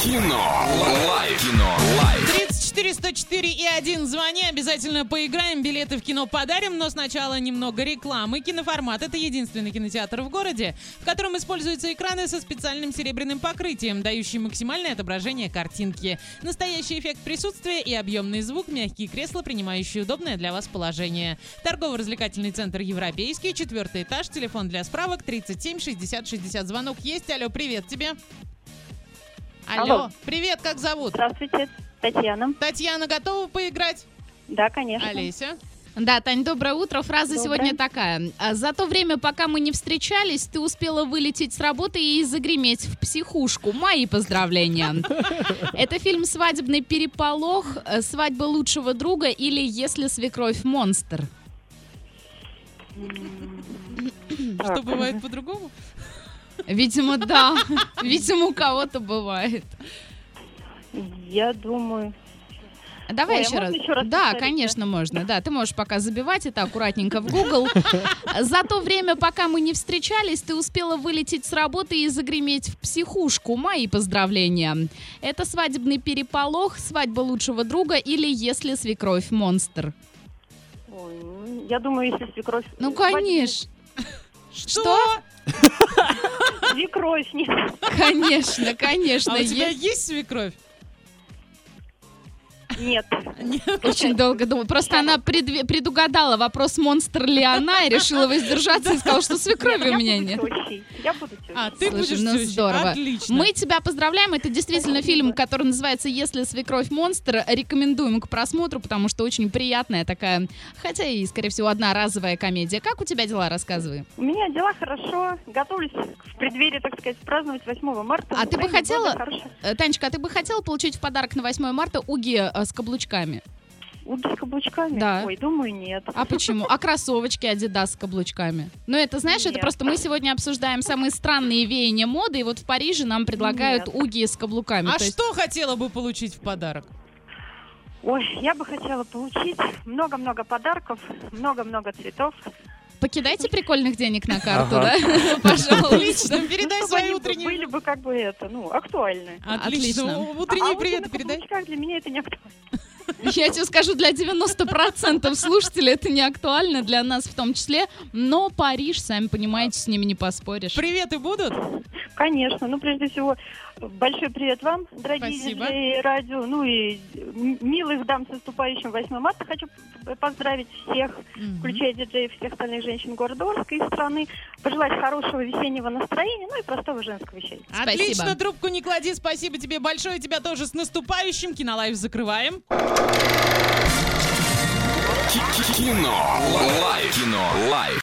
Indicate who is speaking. Speaker 1: Кино. Лайф. Кино. Лайф.
Speaker 2: 34 104 и 1 звони. Обязательно поиграем, билеты в кино подарим, но сначала немного рекламы. Киноформат — это единственный кинотеатр в городе, в котором используются экраны со специальным серебряным покрытием, дающие максимальное отображение картинки. Настоящий эффект присутствия и объемный звук, мягкие кресла, принимающие удобное для вас положение. Торгово-развлекательный центр «Европейский», четвертый этаж, телефон для справок 37 60 60. Звонок есть. Алло, привет тебе. Алло,
Speaker 3: Алло.
Speaker 2: привет, как зовут?
Speaker 3: Здравствуйте, Татьяна.
Speaker 2: Татьяна готова поиграть?
Speaker 3: Да, конечно.
Speaker 2: Олеся.
Speaker 4: Да, Тань, доброе утро. Фраза
Speaker 3: Доброе.
Speaker 4: сегодня такая. А, За то время, пока мы не встречались, ты успела вылететь с работы и загреметь в психушку. Мои поздравления. Это фильм «Свадебный переполох», э, «Свадьба лучшего друга» или «Если свекровь монстр».
Speaker 3: Так.
Speaker 2: Что бывает по-другому?
Speaker 4: Видимо, да. Видимо, у кого-то бывает.
Speaker 3: Я думаю,
Speaker 4: Давай
Speaker 3: Ой, а
Speaker 4: еще,
Speaker 3: можно
Speaker 4: раз.
Speaker 3: еще раз
Speaker 4: Да,
Speaker 3: повторить,
Speaker 4: конечно, можно. Да, ты можешь пока забивать это аккуратненько в Google. За то время, пока мы не встречались, ты успела вылететь с работы и загреметь в психушку. Мои поздравления. Это свадебный переполох, свадьба лучшего друга или если свекровь монстр.
Speaker 3: ой, ну, я думаю, если свекровь...
Speaker 4: Ну,
Speaker 3: Свадьба-
Speaker 4: конечно,
Speaker 2: Что? А
Speaker 3: Свекровь, нет.
Speaker 4: конечно, конечно.
Speaker 2: А у тебя
Speaker 4: Е-
Speaker 2: есть свекровь?
Speaker 3: Нет.
Speaker 4: Очень долго думала. Просто она предве- предугадала вопрос, монстр ли она, и решила воздержаться и сказала, что свекрови у
Speaker 3: я
Speaker 4: меня
Speaker 3: буду
Speaker 4: нет.
Speaker 3: тещей. Я буду тещей.
Speaker 2: А, ты
Speaker 4: Слушай,
Speaker 2: будешь
Speaker 4: ну
Speaker 2: тещей.
Speaker 4: здорово.
Speaker 2: Отлично.
Speaker 4: Мы тебя поздравляем. Это действительно фильм, который называется «Если свекровь монстр». Рекомендуем к просмотру, потому что очень приятная такая, хотя и, скорее всего, одноразовая комедия. Как у тебя дела? Рассказывай.
Speaker 3: У меня дела хорошо. Готовлюсь в преддверии, так сказать, праздновать 8 марта.
Speaker 4: А ты бы
Speaker 3: Настроение
Speaker 4: хотела-
Speaker 3: было хорошее.
Speaker 4: Э, Танечка, а ты бы хотела получить в подарок на 8 марта уги э, с каблучками?
Speaker 3: Уги с каблучками?
Speaker 4: Да.
Speaker 3: Ой, думаю, нет.
Speaker 4: А почему? А кроссовочки Adidas с каблучками? Ну, это, знаешь, это
Speaker 3: Нет.
Speaker 4: просто мы сегодня обсуждаем самые странные веяния моды, и вот в Париже нам предлагают
Speaker 3: Нет.
Speaker 4: уги с каблуками.
Speaker 2: А
Speaker 4: То есть-
Speaker 2: что хотела бы получить в подарок?
Speaker 3: Ой, я бы хотела получить много-много подарков, много-много цветов. Ну,
Speaker 4: Покидайте прикольных денег на карту,
Speaker 1: Ага.
Speaker 4: да? Пожалуйста.
Speaker 2: Отлично, передай
Speaker 3: Ну, чтобы
Speaker 2: свои
Speaker 3: они
Speaker 2: утренние...
Speaker 3: были бы как бы это, ну, актуальны.
Speaker 2: Отлично.
Speaker 4: Отлично.
Speaker 2: У-
Speaker 3: а
Speaker 2: Утренние
Speaker 3: уги
Speaker 2: приветы
Speaker 3: на
Speaker 2: передай.
Speaker 3: каблучках для меня это не актуально.
Speaker 4: Я тебе скажу, для 90% слушателей это не актуально, для нас в том числе. Но Париж, сами понимаете, с ними не поспоришь.
Speaker 2: Приветы будут?
Speaker 3: Конечно. Ну, прежде всего, большой привет вам, дорогие
Speaker 2: Спасибо.
Speaker 3: диджеи радио. Ну и м- милых дам с наступающим 8 марта. Хочу п- поздравить всех, включая диджеев, всех остальных женщин города Орска и страны. Пожелать хорошего весеннего настроения, ну и простого женского счастья.
Speaker 4: Спасибо.
Speaker 2: Отлично, трубку не клади. Спасибо тебе большое. Тебя тоже с наступающим. Кинолайф закрываем.
Speaker 1: Кино. Лайф. Кино. Лайф.